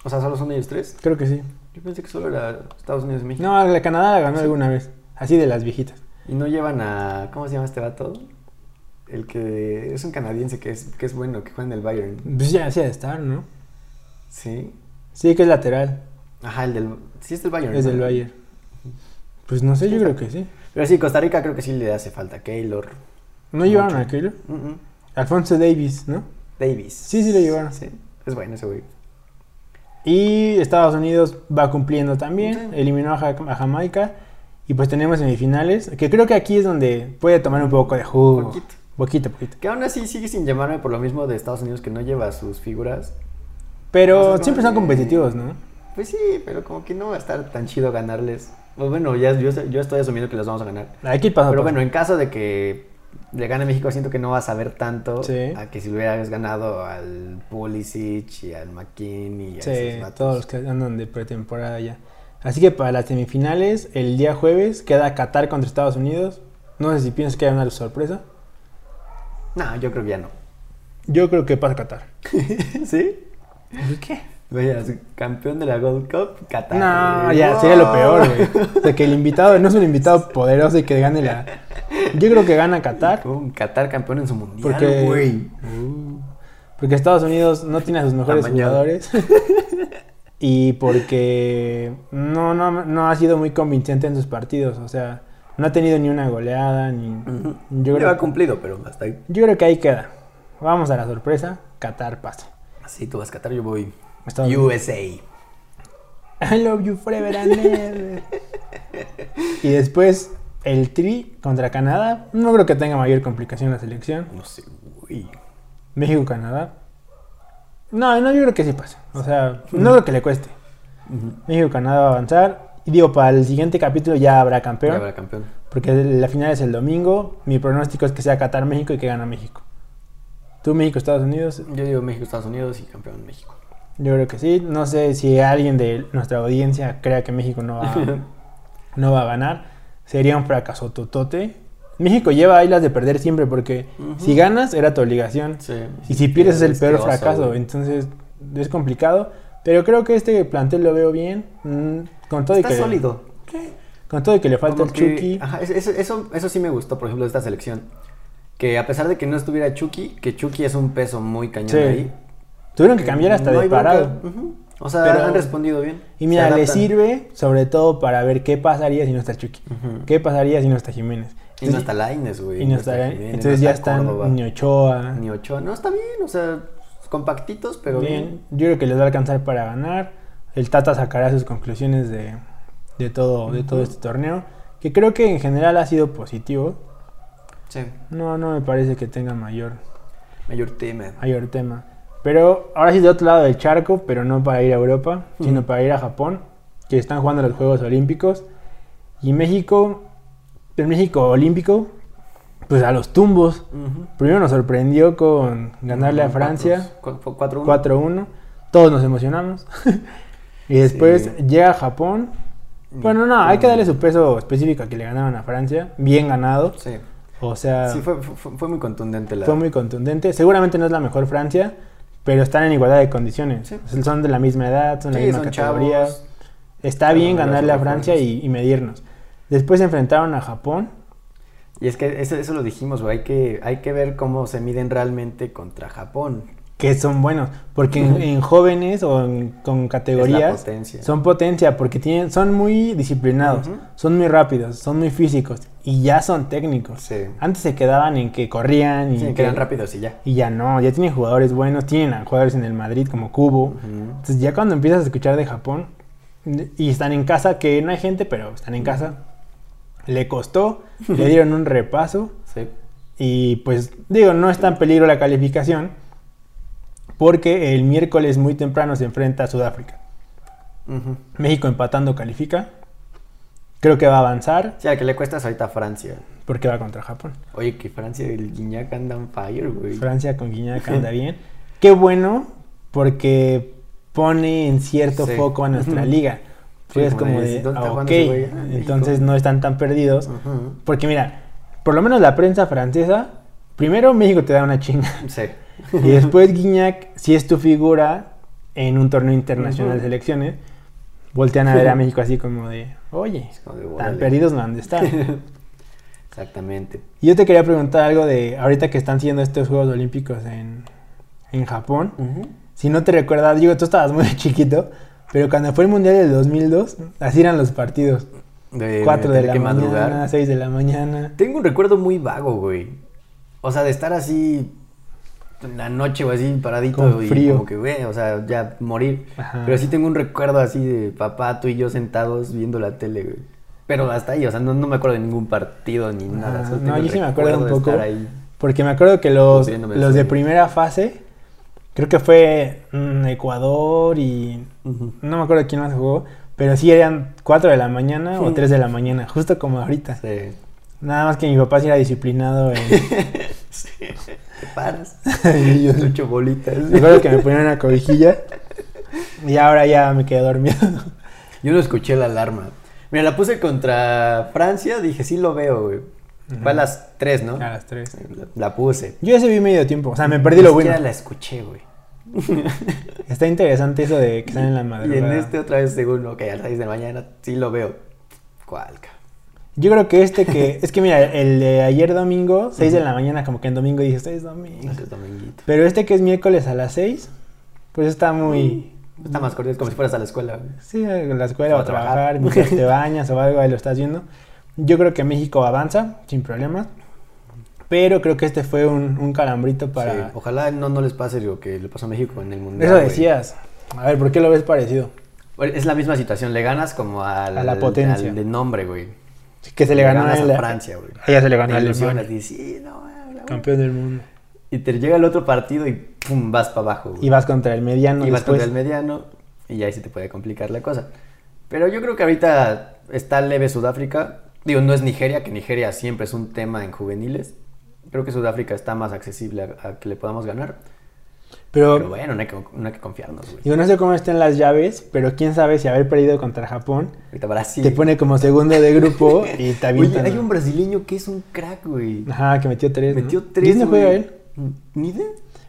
S2: O sea, solo son ellos tres.
S1: Creo que sí.
S2: Yo pensé que solo era Estados Unidos y México.
S1: No, la Canadá la ganó alguna vez. Así de las viejitas.
S2: Y no llevan a. ¿Cómo se llama este vato? El que es un canadiense que es, que es bueno, que juega en el Bayern.
S1: Pues ya hacía de estar, ¿no?
S2: Sí.
S1: Sí, que es lateral.
S2: Ajá, el del. Sí, es del Bayern.
S1: Es
S2: ¿no?
S1: del Bayern. Pues no sé, yo creo que sí.
S2: Pero sí, Costa Rica creo que sí le hace falta. Keylor.
S1: ¿No llevaron
S2: Mucho.
S1: a Keylor?
S2: Mm, mm.
S1: Alfonso Davis, ¿no?
S2: Davis.
S1: Sí, sí lo llevaron.
S2: Sí. Es bueno ese güey.
S1: Y Estados Unidos va cumpliendo también, eliminó a, Ja- a Jamaica. Y pues tenemos semifinales, que creo que aquí es donde puede tomar un poco de jugo.
S2: Poquito.
S1: Poquito, poquito.
S2: Que aún así sigue sin llamarme por lo mismo de Estados Unidos que no lleva sus figuras. O sea,
S1: Pero
S2: como
S1: siempre son
S2: que-
S1: competitivos, ¿no?
S2: Pues sí, pero como que no va a estar tan chido ganarles. Pues bueno, ya yo, yo estoy asumiendo que les vamos a ganar.
S1: Hay que ir paso a
S2: Pero
S1: paso.
S2: bueno, en caso de que le gane México, siento que no vas a ver tanto
S1: Sí.
S2: a que si hubieras ganado al Pulisic y al McKean y a
S1: Sí,
S2: esos vatos.
S1: todos los que andan de pretemporada ya. Así que para las semifinales, el día jueves queda Qatar contra Estados Unidos. No sé si piensas que hay una sorpresa.
S2: No, yo creo que ya no.
S1: Yo creo que pasa Qatar.
S2: ¿Sí?
S1: ¿Por qué?
S2: Veas, campeón de la Gold Cup, Qatar.
S1: No,
S2: güey.
S1: ya,
S2: ¡Wow!
S1: sería lo peor, güey. O sea, que el invitado no es un invitado poderoso y que gane la... Yo creo que gana Qatar
S2: Un Qatar campeón en su mundial,
S1: porque...
S2: güey.
S1: Uh, porque Estados Unidos no tiene a sus mejores
S2: Amañado.
S1: jugadores. y porque no, no, no ha sido muy convincente en sus partidos. O sea, no ha tenido ni una goleada, ni...
S2: Mm.
S1: Yo
S2: Yo
S1: creo,
S2: ha cumplido, pero hasta ahí.
S1: yo creo que ahí queda. Vamos a la sorpresa. Qatar pasa.
S2: Así tú vas a Qatar, yo voy.
S1: Estados
S2: USA.
S1: I love you forever and ever. y después el Tri contra Canadá. No creo que tenga mayor complicación la selección.
S2: No sé, güey.
S1: México-Canadá. No, no, yo creo que sí pasa. O sea, no creo que le cueste. México-Canadá va a avanzar. Y digo, para el siguiente capítulo ya habrá
S2: Ya
S1: campeón.
S2: habrá campeón.
S1: Porque la final es el domingo. Mi pronóstico es que sea Qatar-México y que gana México. Tú, México-Estados Unidos,
S2: Yo digo México, Estados Unidos y campeón México.
S1: yo creo que sí. No sé si alguien de nuestra audiencia crea que México no va a no va a ganar. Sería un fracaso totote. México lleva ahí las de perder siempre porque
S2: Ujú.
S1: si ganas era tu obligación.
S2: Sí.
S1: Y si pierdes es el
S2: qué
S1: peor
S2: oso,
S1: fracaso.
S2: güey.
S1: Entonces es complicado. Pero creo que este plantel lo veo bien. Mm, con, todo y
S2: Está
S1: que,
S2: sólido.
S1: con todo y que le falta
S2: Como
S1: el
S2: que-
S1: Chucky.
S2: ajá, es- eso, eso, eso sí me gustó, por ejemplo, de esta selección. Que a pesar de que no estuviera Chucky, que Chucky es un peso muy cañón
S1: Sí.
S2: ahí.
S1: Tuvieron que cambiar hasta
S2: No
S1: de
S2: hay bronca.
S1: parado.
S2: Ujú. O sea,
S1: Pero-
S2: han respondido bien.
S1: Y mira,
S2: Se
S1: le
S2: adaptan.
S1: sirve sobre todo para ver qué pasaría si no está Chucky.
S2: Ujú.
S1: ¿Qué pasaría si no está Jiménez?
S2: Y no está Laines, güey.
S1: y no está-
S2: Jiménez,
S1: Entonces
S2: no
S1: ya
S2: está
S1: están
S2: Córdoba,
S1: ni Ochoa.
S2: ni Ochoa. No, está bien, o sea, compactitos, pero
S1: Bien,
S2: bien.
S1: yo creo que les va a alcanzar para ganar. El Tata sacará sus conclusiones de, de todo, de todo este torneo, que creo que en general ha sido positivo.
S2: Sí,
S1: No, no me parece que tenga mayor,
S2: mayor tema.
S1: mayor tema. Pero ahora sí de otro lado del charco, pero no para ir a Europa, sino para ir a Japón, que están jugando los Juegos Olímpicos. Y México, el México Olímpico, pues a los tumbos.
S2: Ujú.
S1: Primero nos sorprendió con ganarle a
S2: Cuatro-
S1: Francia.
S2: cu- cu- Cuatro,
S1: 4-1. Todos nos emocionamos. y después
S2: Sí.
S1: llega Japón. Bueno, no, hay que darle su peso específico a que le ganaron a Francia. Bien ganado.
S2: Sí,
S1: O sea,
S2: sí
S1: fue,
S2: fue, fue, fue muy contundente la...
S1: Ah. muy contundente. Seguramente no es la mejor Francia, pero están en igualdad de condiciones.
S2: Sí.
S1: O sea, Son de la misma edad, son de la
S2: Sí,
S1: misma
S2: son
S1: categoría.
S2: chavos.
S1: Está
S2: Son
S1: bien
S2: las
S1: ganarle a
S2: mejores
S1: Francia y, y medirnos. Después se enfrentaron a Japón.
S2: Y es que eso, eso lo dijimos, güey. Hay que, hay que ver cómo se miden realmente contra Japón.
S1: que son buenos, porque en, en jóvenes o en- con categorías
S2: potencia.
S1: son potencia, porque tienen, son muy disciplinados,
S2: Ujú.
S1: son muy rápidos, son muy físicos y ya son técnicos.
S2: Sí.
S1: Antes se quedaban en que corrían y,
S2: Sí,
S1: Ah, que-
S2: que eran rápidos y ya.
S1: y ya no, ya tienen jugadores buenos, tienen a jugadores en el Madrid como Cubo.
S2: Ujú.
S1: Entonces ya cuando empiezas a escuchar de Japón y están en casa, que no hay gente, pero están en casa, le costó, le dieron un repaso.
S2: Sí.
S1: Y pues digo, no está en peligro la calificación porque el miércoles muy temprano se enfrenta a Sudáfrica.
S2: Ujú.
S1: México empatando califica. Creo que va a avanzar
S2: Sí, al que le cuesta es ahorita Francia.
S1: porque va contra Japón.
S2: Oye, que Francia y el Guiñac andan fire, güey.
S1: Francia con Guiñac anda bien. Qué bueno porque pone en cierto
S2: Sí.
S1: foco a nuestra
S2: Ujú.
S1: liga. Pues
S2: Sí,
S1: es como
S2: como de,
S1: de,
S2: ¿dónde está
S1: ah, ok,
S2: jugando ese güey? Ah, México.
S1: entonces no están tan perdidos.
S2: Ujú.
S1: Porque mira, por lo menos la prensa francesa, primero México te da una chinga.
S2: Sí.
S1: Y después Guiñac, si es tu figura en un torneo internacional de
S2: Ujú.
S1: selecciones, voltean a ver a México así como de, oye,
S2: como de,
S1: tan
S2: "Órale".
S1: perdidos no han de estar.
S2: Exactamente.
S1: Y yo te quería preguntar algo de, ahorita que están siendo estos Juegos Olímpicos en, en Japón, si no te recuerdas, digo, tú estabas muy chiquito, pero cuando fue el Mundial del 2002, así eran los partidos.
S2: De
S1: 4 de
S2: tener
S1: la
S2: Eh, que
S1: mañana, 6 de la mañana.
S2: Tengo un recuerdo muy vago, güey. O sea, de estar así en la noche o así paradito
S1: Con
S2: y
S1: frío.
S2: como que, güey, o sea, ya morir.
S1: Ajá.
S2: Pero sí tengo un recuerdo así de papá, tú y yo sentados viendo la tele, güey. Pero hasta ahí, o sea, no, no me acuerdo de ningún partido ni nada.
S1: Ah,
S2: solo
S1: no,
S2: tengo el
S1: yo sí me acuerdo
S2: recuerdo
S1: un
S2: de
S1: poco.
S2: estar ahí.
S1: Porque me acuerdo que los,
S2: Cubriéndome el
S1: los de
S2: sueño.
S1: primera fase, creo que fue mm, Ecuador y
S2: Ujú.
S1: no me acuerdo quién más jugó, pero sí eran 4 de la mañana o
S2: Sí.
S1: 3 de la mañana, justo como ahorita.
S2: Sí.
S1: Nada más que mi papá sí era disciplinado. en-
S2: Sí. Te paras.
S1: Y yo-
S2: Ocho bolitas.
S1: me acuerdo que me ponían una cobijilla y ahora ya me quedé dormido.
S2: Yo no escuché la alarma. Mira, la puse contra Francia, dije, sí lo veo, güey. Fue a las 3, ¿no?
S1: A las 3.
S2: La, la puse.
S1: Yo ese vi medio tiempo, o sea, Ah, me perdí lo
S2: Ni siquiera
S1: bueno.
S2: la escuché, güey.
S1: Está interesante eso de que salen en la
S2: Y en
S1: madrugada.
S2: este otra vez, según, ok, a las 6 de la mañana, sí lo veo. ¿Cuál, cabrón?
S1: Yo creo que este que. es que mira, el de ayer domingo, 6 de la mañana, como que en domingo dije, "Este es domingo.
S2: Ese es dominguito.
S1: Pero este que es miércoles a las 6, pues está muy.
S2: Está más cordial, es como si fueras a la escuela, güey.
S1: Sí, en la escuela
S2: O
S1: o
S2: a
S1: a
S2: trabajar.
S1: trabajar, mientras te bañas o algo, ahí lo estás viendo. Yo creo que México avanza sin problemas. Pero creo que este fue un, un calambrito para.
S2: Sí, Ojalá no, no les pase lo que le pasó a México en el Mundial.
S1: Eso
S2: güey.
S1: decías. A ver, ¿por qué lo ves parecido?
S2: Es la misma situación, le ganas como al,
S1: A la potencia.
S2: al de nombre, güey.
S1: Que se le ganó a
S2: ganas
S1: él.
S2: a Francia, güey.
S1: Ella se le ganó
S2: Te
S1: a
S2: ilusionas,
S1: Alemania.
S2: dices, sí, no, güey, la
S1: Campeón del mundo.
S2: Y te llega el otro partido y pum, vas para abajo. güey.
S1: Y vas contra el mediano.
S2: Y vas
S1: después.
S2: contra el mediano y ahí sí te puede complicar la cosa. Pero yo creo que ahorita está leve Sudáfrica. Digo, no es Nigeria, que Nigeria siempre es un tema en juveniles. Creo que Sudáfrica está más accesible a, a que le podamos ganar. Pero
S1: Pero,
S2: bueno, no hay que, no hay que confiarnos, güey.
S1: digo, no sé cómo estén las llaves, pero quién sabe si haber perdido contra Japón
S2: Ahorita Brasil.
S1: te pone como segundo de grupo y te
S2: Oye,
S1: avientan.
S2: hay un brasileño que es un crack, güey.
S1: Ajá, que metió tres. ¿no?
S2: Metió tres,
S1: ¿Disney juega
S2: güey.
S1: él?
S2: ¿Ni idea?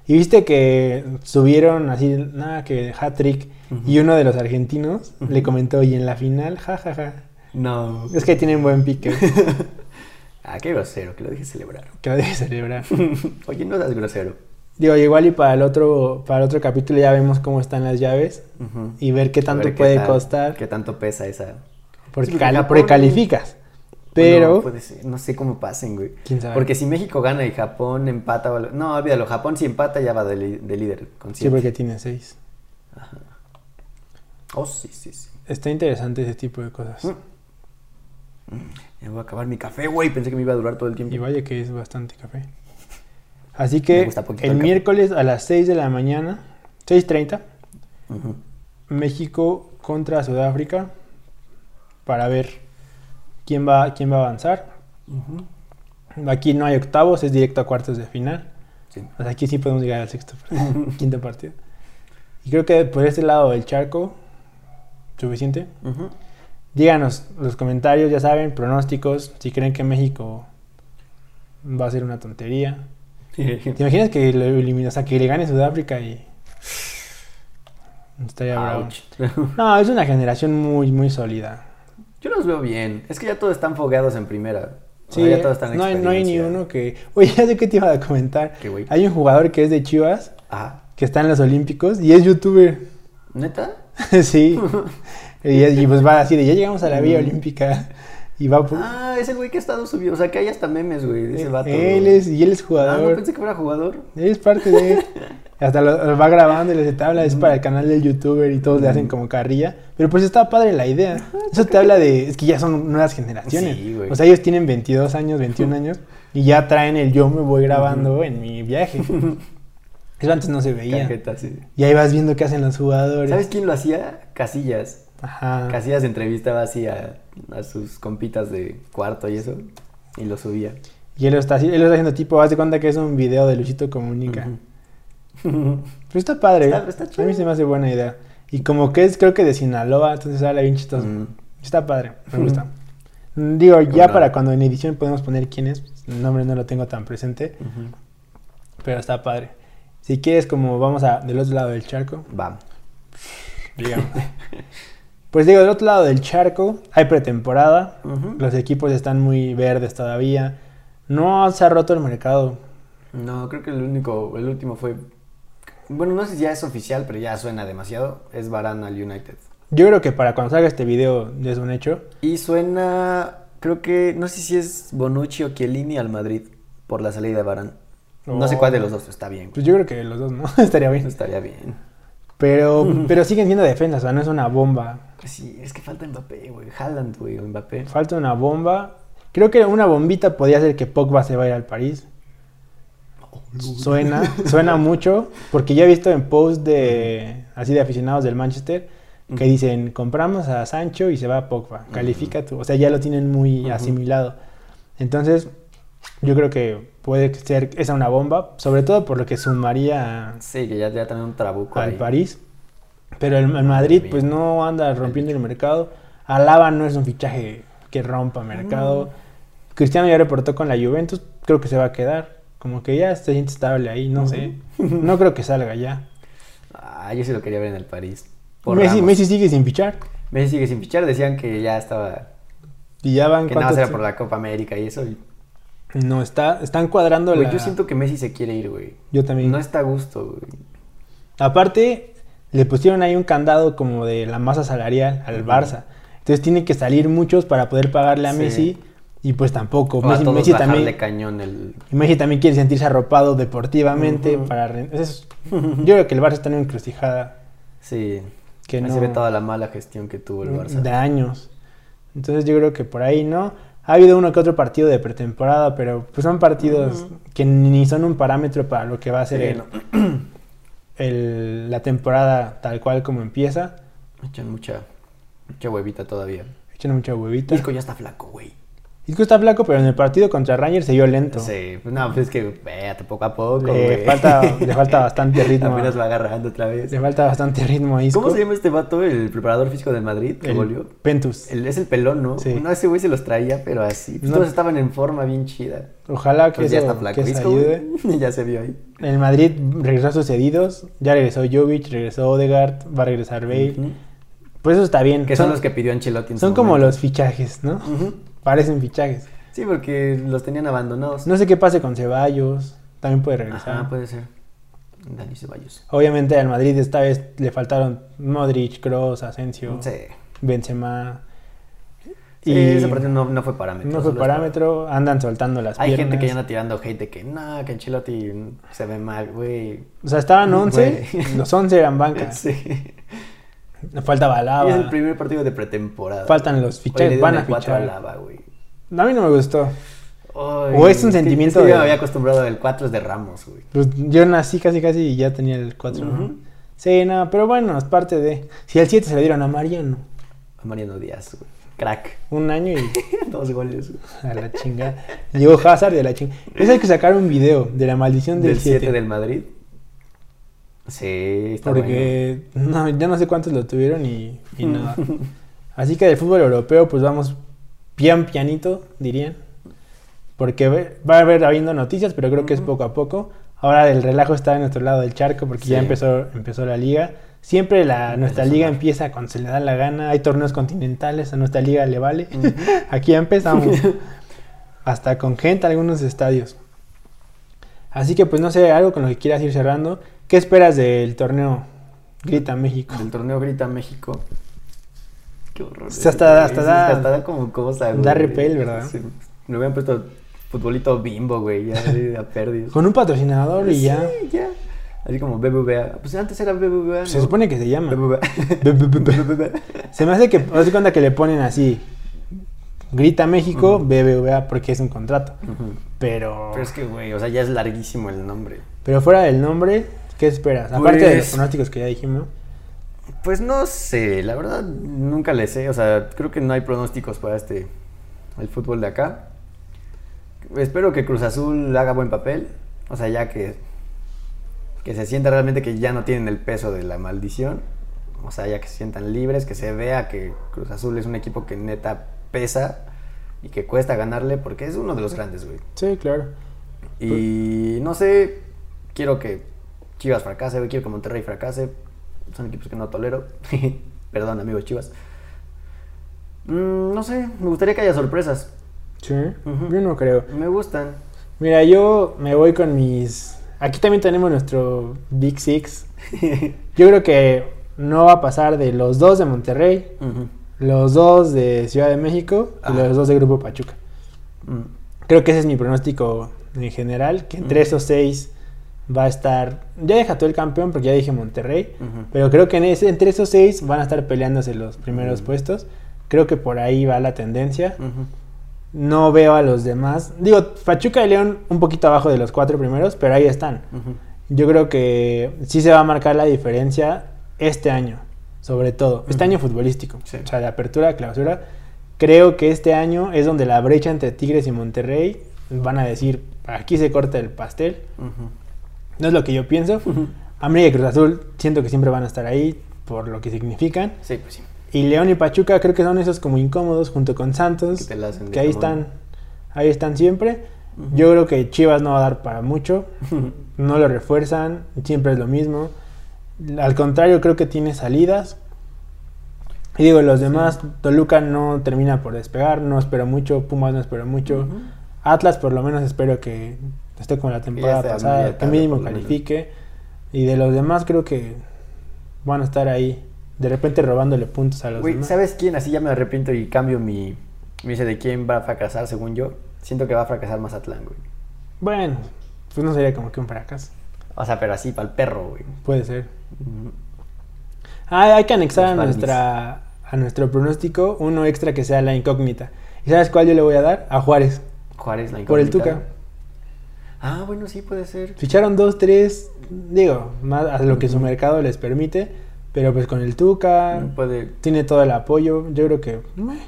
S1: Y viste que subieron así, nada, que hat trick. Y uno de los argentinos le comentó, y en la final, jajaja.
S2: No.
S1: Es que tienen buen pique,
S2: Ah, qué grosero, que lo dije celebrar.
S1: que lo debe celebrar.
S2: Oye, no seas grosero.
S1: Digo, igual y para el otro, para el otro capítulo ya vemos cómo están las llaves
S2: Ujú.
S1: y ver qué
S2: A
S1: tanto
S2: ver qué
S1: puede
S2: tal-
S1: costar.
S2: ¿Qué tanto pesa esa?
S1: Porque
S2: Sí, porque
S1: cal-
S2: Japón-
S1: precalificas. Pero.
S2: No, puede ser, no sé cómo pasen, güey.
S1: ¿Quién sabe?
S2: Porque si México gana y Japón empata. o algo- No, olvídalo. Japón si empata ya va de, li- de líder. Con
S1: sí,
S2: siete.
S1: porque tiene seis.
S2: Oh, sí, sí, sí.
S1: Está interesante ese tipo de cosas.
S2: Mm. Ya voy a acabar mi café, güey. Pensé que me iba a durar todo el tiempo.
S1: Y vaya que es bastante café. Así que
S2: Me gusta poquito
S1: el,
S2: el café.
S1: miércoles a las 6 de la mañana, 6.30,
S2: Ujú.
S1: México contra Sudáfrica para ver quién va, quién va a avanzar.
S2: Ujú.
S1: Aquí no hay octavos, es directo a cuartos de final.
S2: Sí.
S1: O sea, aquí sí podemos llegar al sexto, quinto partido. Y creo que por este lado del charco, suficiente.
S2: Ujú.
S1: Díganos los comentarios, ya saben, pronósticos, si creen que México va a ser una tontería. ¿Te imaginas que lo elimina, o sea, que le gane Sudáfrica y. Estaría bravo.
S2: Ouch.
S1: No, es una generación muy, muy sólida.
S2: Yo los veo bien. Es que ya todos están fogueados en primera. O
S1: Sí,
S2: sea, ya todos están en
S1: no, hay, no hay ni
S2: experiencia.
S1: uno que. Oye, ya sé qué te iba a comentar.
S2: ¿Qué, güey?
S1: Hay un jugador que es de Chivas,
S2: Ah,
S1: que está en los Olímpicos y es youtuber.
S2: ¿neta?
S1: sí. y, es- y pues va así de ya llegamos a la Villa Olímpica y va por.
S2: Ah, es el güey que ha estado subido. O sea, que hay hasta memes, güey. de Ese vato.
S1: Eh, él es, y él es
S2: Ah, no
S1: jugador.
S2: pensé que fuera jugador.
S1: Él es parte de. Hasta lo, lo va grabando y les habla, es para el canal del youtuber y todos le hacen como carrilla. Pero pues está padre la idea. Eso te habla de. Es que ya son nuevas generaciones.
S2: Sí, güey.
S1: o sea, ellos tienen 22 años, 21 años y ya traen el yo me voy grabando en mi viaje. Eso antes no se veía.
S2: Cajeta, sí.
S1: Y ahí vas viendo qué hacen los jugadores.
S2: ¿Sabes quién lo hacía? Casillas.
S1: Ajá.
S2: Casillas entrevistaba así a, a sus compitas de cuarto y eso. Y lo subía.
S1: Y él lo, está, haci- él lo está haciendo tipo, haz de cuenta que es un video de Luisito Comunica.
S2: Ujú.
S1: Pero está padre.
S2: Está- está
S1: A mí
S2: chido.
S1: se me hace buena idea. Y como que es, creo que de Sinaloa, entonces habla bien chistoso.
S2: Mm.
S1: Está padre, me gusta. Mm, Digo, ya
S2: no?
S1: para cuando en edición podemos poner quién es, el nombre no lo tengo tan presente,
S2: Ujú.
S1: pero está padre. Si quieres, como vamos a, del otro lado del charco,
S2: Va.
S1: digamos. pues digo, del otro lado del charco hay pretemporada,
S2: Ujú.
S1: los equipos están muy verdes todavía, no se ha roto el mercado.
S2: No, creo que el único, el último fue. Bueno, no sé si ya es oficial, pero ya suena demasiado. Es Varane al United.
S1: Yo creo que para cuando salga este video ya es un hecho.
S2: Y suena. Creo que. No sé si es Bonucci o Chiellini al Madrid. Por la salida de Varane. No sé
S1: Oh.
S2: cuál de los dos está bien. güey.
S1: Pues yo creo que los dos, ¿no? Estaría bien.
S2: Estaría bien.
S1: Pero, pero siguen siendo defensas, o sea, no es una bomba.
S2: Sí, es que falta Mbappé, güey. Haaland, güey, o Mbappé.
S1: Falta una bomba. Creo que una bombita podría ser que Pogba se vaya al París. Suena, suena mucho, porque yo he visto en posts de así de aficionados del Manchester que dicen, compramos a Sancho y se va a Pogba, califica tú. O sea, ya lo tienen muy
S2: Ujú.
S1: asimilado. Entonces, yo creo que puede ser esa una bomba, sobre todo por lo que sumaría
S2: Sí, que ya, ya también un trabuco
S1: al
S2: ahí.
S1: París. Pero el, el Madrid
S2: mía.
S1: pues no anda rompiendo el mercado. Alaba no es un fichaje que rompa mercado. Cristiano ya reportó con la Juventus, creo que se va a quedar. Como que ya se siente estable ahí, no sé. No creo que salga ya.
S2: Ah, yo sí lo quería ver en el París. Por
S1: Messi,
S2: Ramos.
S1: Messi sigue sin fichar.
S2: Messi sigue sin fichar. Decían que ya estaba...
S1: Y ya van
S2: Que nada más
S1: cuántos-
S2: era por la Copa América y eso. y-
S1: No, está, están cuadrando
S2: Güey,
S1: la...
S2: Pues yo siento que Messi se quiere ir, güey.
S1: Yo también.
S2: No está a gusto, güey.
S1: Aparte, le pusieron ahí un candado como de la masa salarial al Barça. Entonces tienen que salir muchos para poder pagarle a
S2: Sí.
S1: Messi. Y pues tampoco.
S2: O a
S1: Messi,
S2: todos
S1: Messi
S2: bajarle
S1: también...
S2: cañón el...
S1: Y Messi también quiere sentirse arropado deportivamente
S2: Ujú.
S1: para... re- es- yo creo que el Barça está en una encrucijada
S2: Sí.
S1: que
S2: Ahí
S1: no... Mm,
S2: se ve toda la mala gestión que tuvo el Barça.
S1: de años. Entonces yo creo que por ahí, ¿no? Ha habido uno que otro partido de pretemporada, pero pues son partidos que ni son un parámetro para lo que va a ser
S2: Sí,
S1: el-
S2: no.
S1: el- la temporada tal cual como empieza.
S2: Echan mucha, mucha huevita todavía.
S1: Echan mucha huevita.
S2: Isco ya está flaco, güey.
S1: Isco está flaco, pero en el partido contra Rangers se vio lento.
S2: Sí, pues, no, pues es que véate poco a poco,
S1: Le
S2: güey.
S1: falta- le falta bastante ritmo.
S2: Apenas va agarrando otra vez.
S1: Le falta bastante ritmo a Isco.
S2: ¿Cómo se llama este vato, el preparador físico del Madrid que
S1: El
S2: volvió?
S1: Pentus.
S2: El- es el pelón, ¿no?
S1: Sí.
S2: No, ese güey se los traía, pero así. Pues
S1: No.
S2: Todos estaban en forma bien chida.
S1: Ojalá que,
S2: Pues ya
S1: eso-
S2: está flaco.
S1: que eso
S2: Isco,
S1: ayude.
S2: güey, ya se vio ahí.
S1: El Madrid regresó a sus cedidos, ya regresó Jovic, regresó Odegaard, va a regresar Bale.
S2: Ujú.
S1: Pues eso está bien.
S2: Que son, los que pidió Ancelotti en su
S1: son como
S2: momento.
S1: los fichajes, ¿no?
S2: Ujú.
S1: Parecen fichajes.
S2: Sí, porque los tenían abandonados.
S1: No sé qué pase con Ceballos, también puede regresar.
S2: Ajá, puede ser. Dani Ceballos.
S1: Obviamente al Madrid esta vez le faltaron Modric, Kroos, Asensio,
S2: Sí.
S1: Benzema.
S2: Sí,
S1: y
S2: ese partido no, no fue parámetro.
S1: no fue
S2: solo
S1: parámetro, andan soltando las
S2: estaba- Hay
S1: piernas.
S2: gente que ya anda tirando hate de que, no, que Ancelotti se ve mal, güey.
S1: O sea, estaban 11,
S2: Güey.
S1: los 11 eran bancas.
S2: Sí.
S1: Faltaba Alaba.
S2: Y es el primer partido de pretemporada.
S1: Faltan los fichajes,
S2: Hoy le dieron
S1: van a
S2: el cuatro
S1: fichar.
S2: Lava, güey.
S1: A mí no me gustó.
S2: Ay,
S1: O es un
S2: que-
S1: sentimiento
S2: es que
S1: de-
S2: yo me había acostumbrado al 4 es de Ramos, güey.
S1: Pues yo nací casi casi y ya tenía el 4.
S2: Ujú.
S1: Sí, nada, pero bueno, es parte de... Si el 7 se le dieron a Mariano,
S2: A Mariano Díaz, güey. Crack.
S1: un año y
S2: Dos goles, güey.
S1: a la chingada. Llegó Hazard de la chingada. Eso hay que sacar un video de la maldición del
S2: Del 7
S1: 7.
S2: del Madrid. Sí, está
S1: Porque no, ya no sé cuántos lo tuvieron y, y nada. Así que del fútbol europeo pues vamos pian pianito, dirían. Porque ve- va a haber habiendo noticias, pero creo que es poco a poco. Ahora el relajo está en nuestro lado del charco porque ya
S2: Sí.
S1: empezó, empezó la liga. Siempre la, nuestra
S2: Empezó
S1: liga
S2: la-
S1: empieza cuando se le da la gana. Hay torneos continentales, a nuestra liga le vale.
S2: Ujú.
S1: Aquí ya empezamos. Hasta con gente, algunos estadios. Así que pues no sé, algo con lo que quieras ir cerrando. ¿Qué esperas del torneo? Grita México.
S2: bueno. Del torneo Grita México. Qué horror.
S1: O sea, hasta-
S2: güey.
S1: hasta
S2: Sí,
S1: da-
S2: hasta da como cosa, güey.
S1: da repel, ¿verdad?
S2: Sí. Me habían puesto futbolito bimbo, güey. Ya de a perdiz.
S1: Con un patrocinador y ya.
S2: Sí, ya. Así como BBVA. Pues antes era BBVA.
S1: Se supone que se llama.
S2: BBVA.
S1: Se me hace que, haz de cuenta que le ponen así. Grita México, BBVA, porque es un contrato.
S2: Ujú.
S1: Pero,
S2: Pero es que, güey, o sea, ya es larguísimo el nombre.
S1: pero fuera del nombre, ¿qué esperas? Aparte de los
S2: Pues-
S1: pronósticos que ya dijimos.
S2: Pues no sé, la verdad nunca le sé. O sea, creo que no hay pronósticos para este. el fútbol de acá. Espero que Cruz Azul haga buen papel. O sea, ya que. que se sienta realmente que ya no tienen el peso de la maldición. O sea, ya que se sientan libres, que se vea que Cruz Azul es un equipo que neta pesa y que cuesta ganarle porque es uno de los grandes, güey.
S1: Sí, claro.
S2: Y
S1: Pues
S2: no sé, quiero que Chivas fracase, güey, quiero que Monterrey fracase. Son equipos que no tolero. Perdón, amigos Chivas. Mm, no sé, me gustaría que haya sorpresas.
S1: Sí,
S2: Ujú.
S1: yo no creo.
S2: Me gustan.
S1: Mira, yo me voy con mis... Aquí también tenemos nuestro Big Six. Yo creo que no va a pasar de los dos de Monterrey,
S2: Ujú.
S1: los dos de Ciudad de México y
S2: Ajá.
S1: los dos de Grupo Pachuca.
S2: Mm.
S1: Creo que ese es mi pronóstico en general, que entre esos seis va a estar, ya deja todo el campeón porque ya dije Monterrey,
S2: Ujú.
S1: pero creo que en ese- entre esos seis van a estar peleándose los primeros
S2: Ujú.
S1: puestos. Creo que por ahí va la tendencia.
S2: Ujú.
S1: No veo a los demás. Digo, Pachuca y León un poquito abajo de los cuatro primeros, pero ahí están.
S2: Ujú.
S1: Yo creo que sí se va a marcar la diferencia este año, sobre todo. Este
S2: Ujú.
S1: año futbolístico,
S2: Sí.
S1: o sea, de apertura, clausura. Creo que este año es donde la brecha entre Tigres y Monterrey van a decir, aquí se corta el pastel.
S2: Ujú.
S1: No es lo que yo pienso.
S2: Ujú.
S1: América y Cruz Azul siento que siempre van a estar ahí por lo que significan.
S2: Sí, pues sí.
S1: Y León y Pachuca creo que son esos como incómodos junto con
S2: Que
S1: Santos,
S2: te la hacen de
S1: Pues que ahí
S2: jamón.
S1: están, ahí están siempre.
S2: Ujú.
S1: Yo creo que Chivas no va a dar para mucho,
S2: Ujú.
S1: no lo refuerzan, siempre es lo mismo. Al contrario, creo que tiene salidas. Y digo, los demás, Toluca no termina por despegar, no espero mucho, Pumas no espero mucho.
S2: Ujú.
S1: Atlas por lo menos espero que esté como la temporada
S2: esté a media
S1: pasada, que
S2: tabla,
S1: mínimo
S2: por lo menos.
S1: califique. Y de los demás creo que van a estar ahí, de repente robándole puntos a los
S2: Güey,
S1: demás.
S2: ¿sabes quién? Así ya me arrepiento y cambio mi... Me dice de quién va a fracasar, según yo. Siento que va a fracasar Mazatlán, güey.
S1: Bueno, pues no sería como que un fracaso,
S2: O sea, pero así, para el perro, güey.
S1: puede ser.
S2: Ujú.
S1: Ah, hay que anexar a,
S2: Los Balmis.
S1: nuestra, a nuestro pronóstico uno extra que sea la incógnita. ¿Y sabes cuál yo le voy a dar? A Juárez,
S2: Juárez, la
S1: por el
S2: incógnita.
S1: Tuca.
S2: Ah, bueno, sí, puede ser.
S1: Ficharon dos, tres, digo, más a lo que su
S2: Ujú.
S1: mercado les permite, pero pues con el Tuca
S2: Ah, Puede,
S1: tiene todo el apoyo, yo creo que... meh.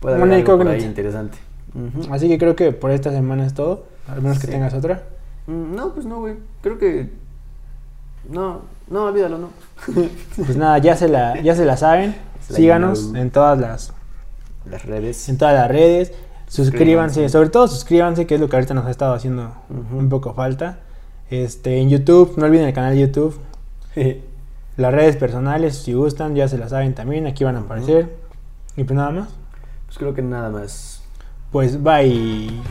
S2: puede haber
S1: Una
S2: algo por ahí
S1: incógnita.
S2: interesante. Ujú.
S1: Así que creo que por esta semana es todo. Al menos que
S2: Sí.
S1: tengas otra.
S2: Mm, No, pues no, güey. Creo que... No, no, olvídalo, no.
S1: Pues nada, ya se la, ya se la saben.
S2: Se la
S1: Síganos
S2: llenaron.
S1: en todas las,
S2: Las redes.
S1: en todas las redes. Suscríbanse,
S2: Suscríbanse.
S1: sobre todo suscríbanse, que es lo que ahorita nos ha estado haciendo
S2: Ujú.
S1: un poco falta. Este, en YouTube, no olviden el canal de YouTube. Las redes personales, si gustan, ya se las saben también, aquí van a aparecer. Y pues nada más.
S2: Pues creo que nada más.
S1: Pues bye.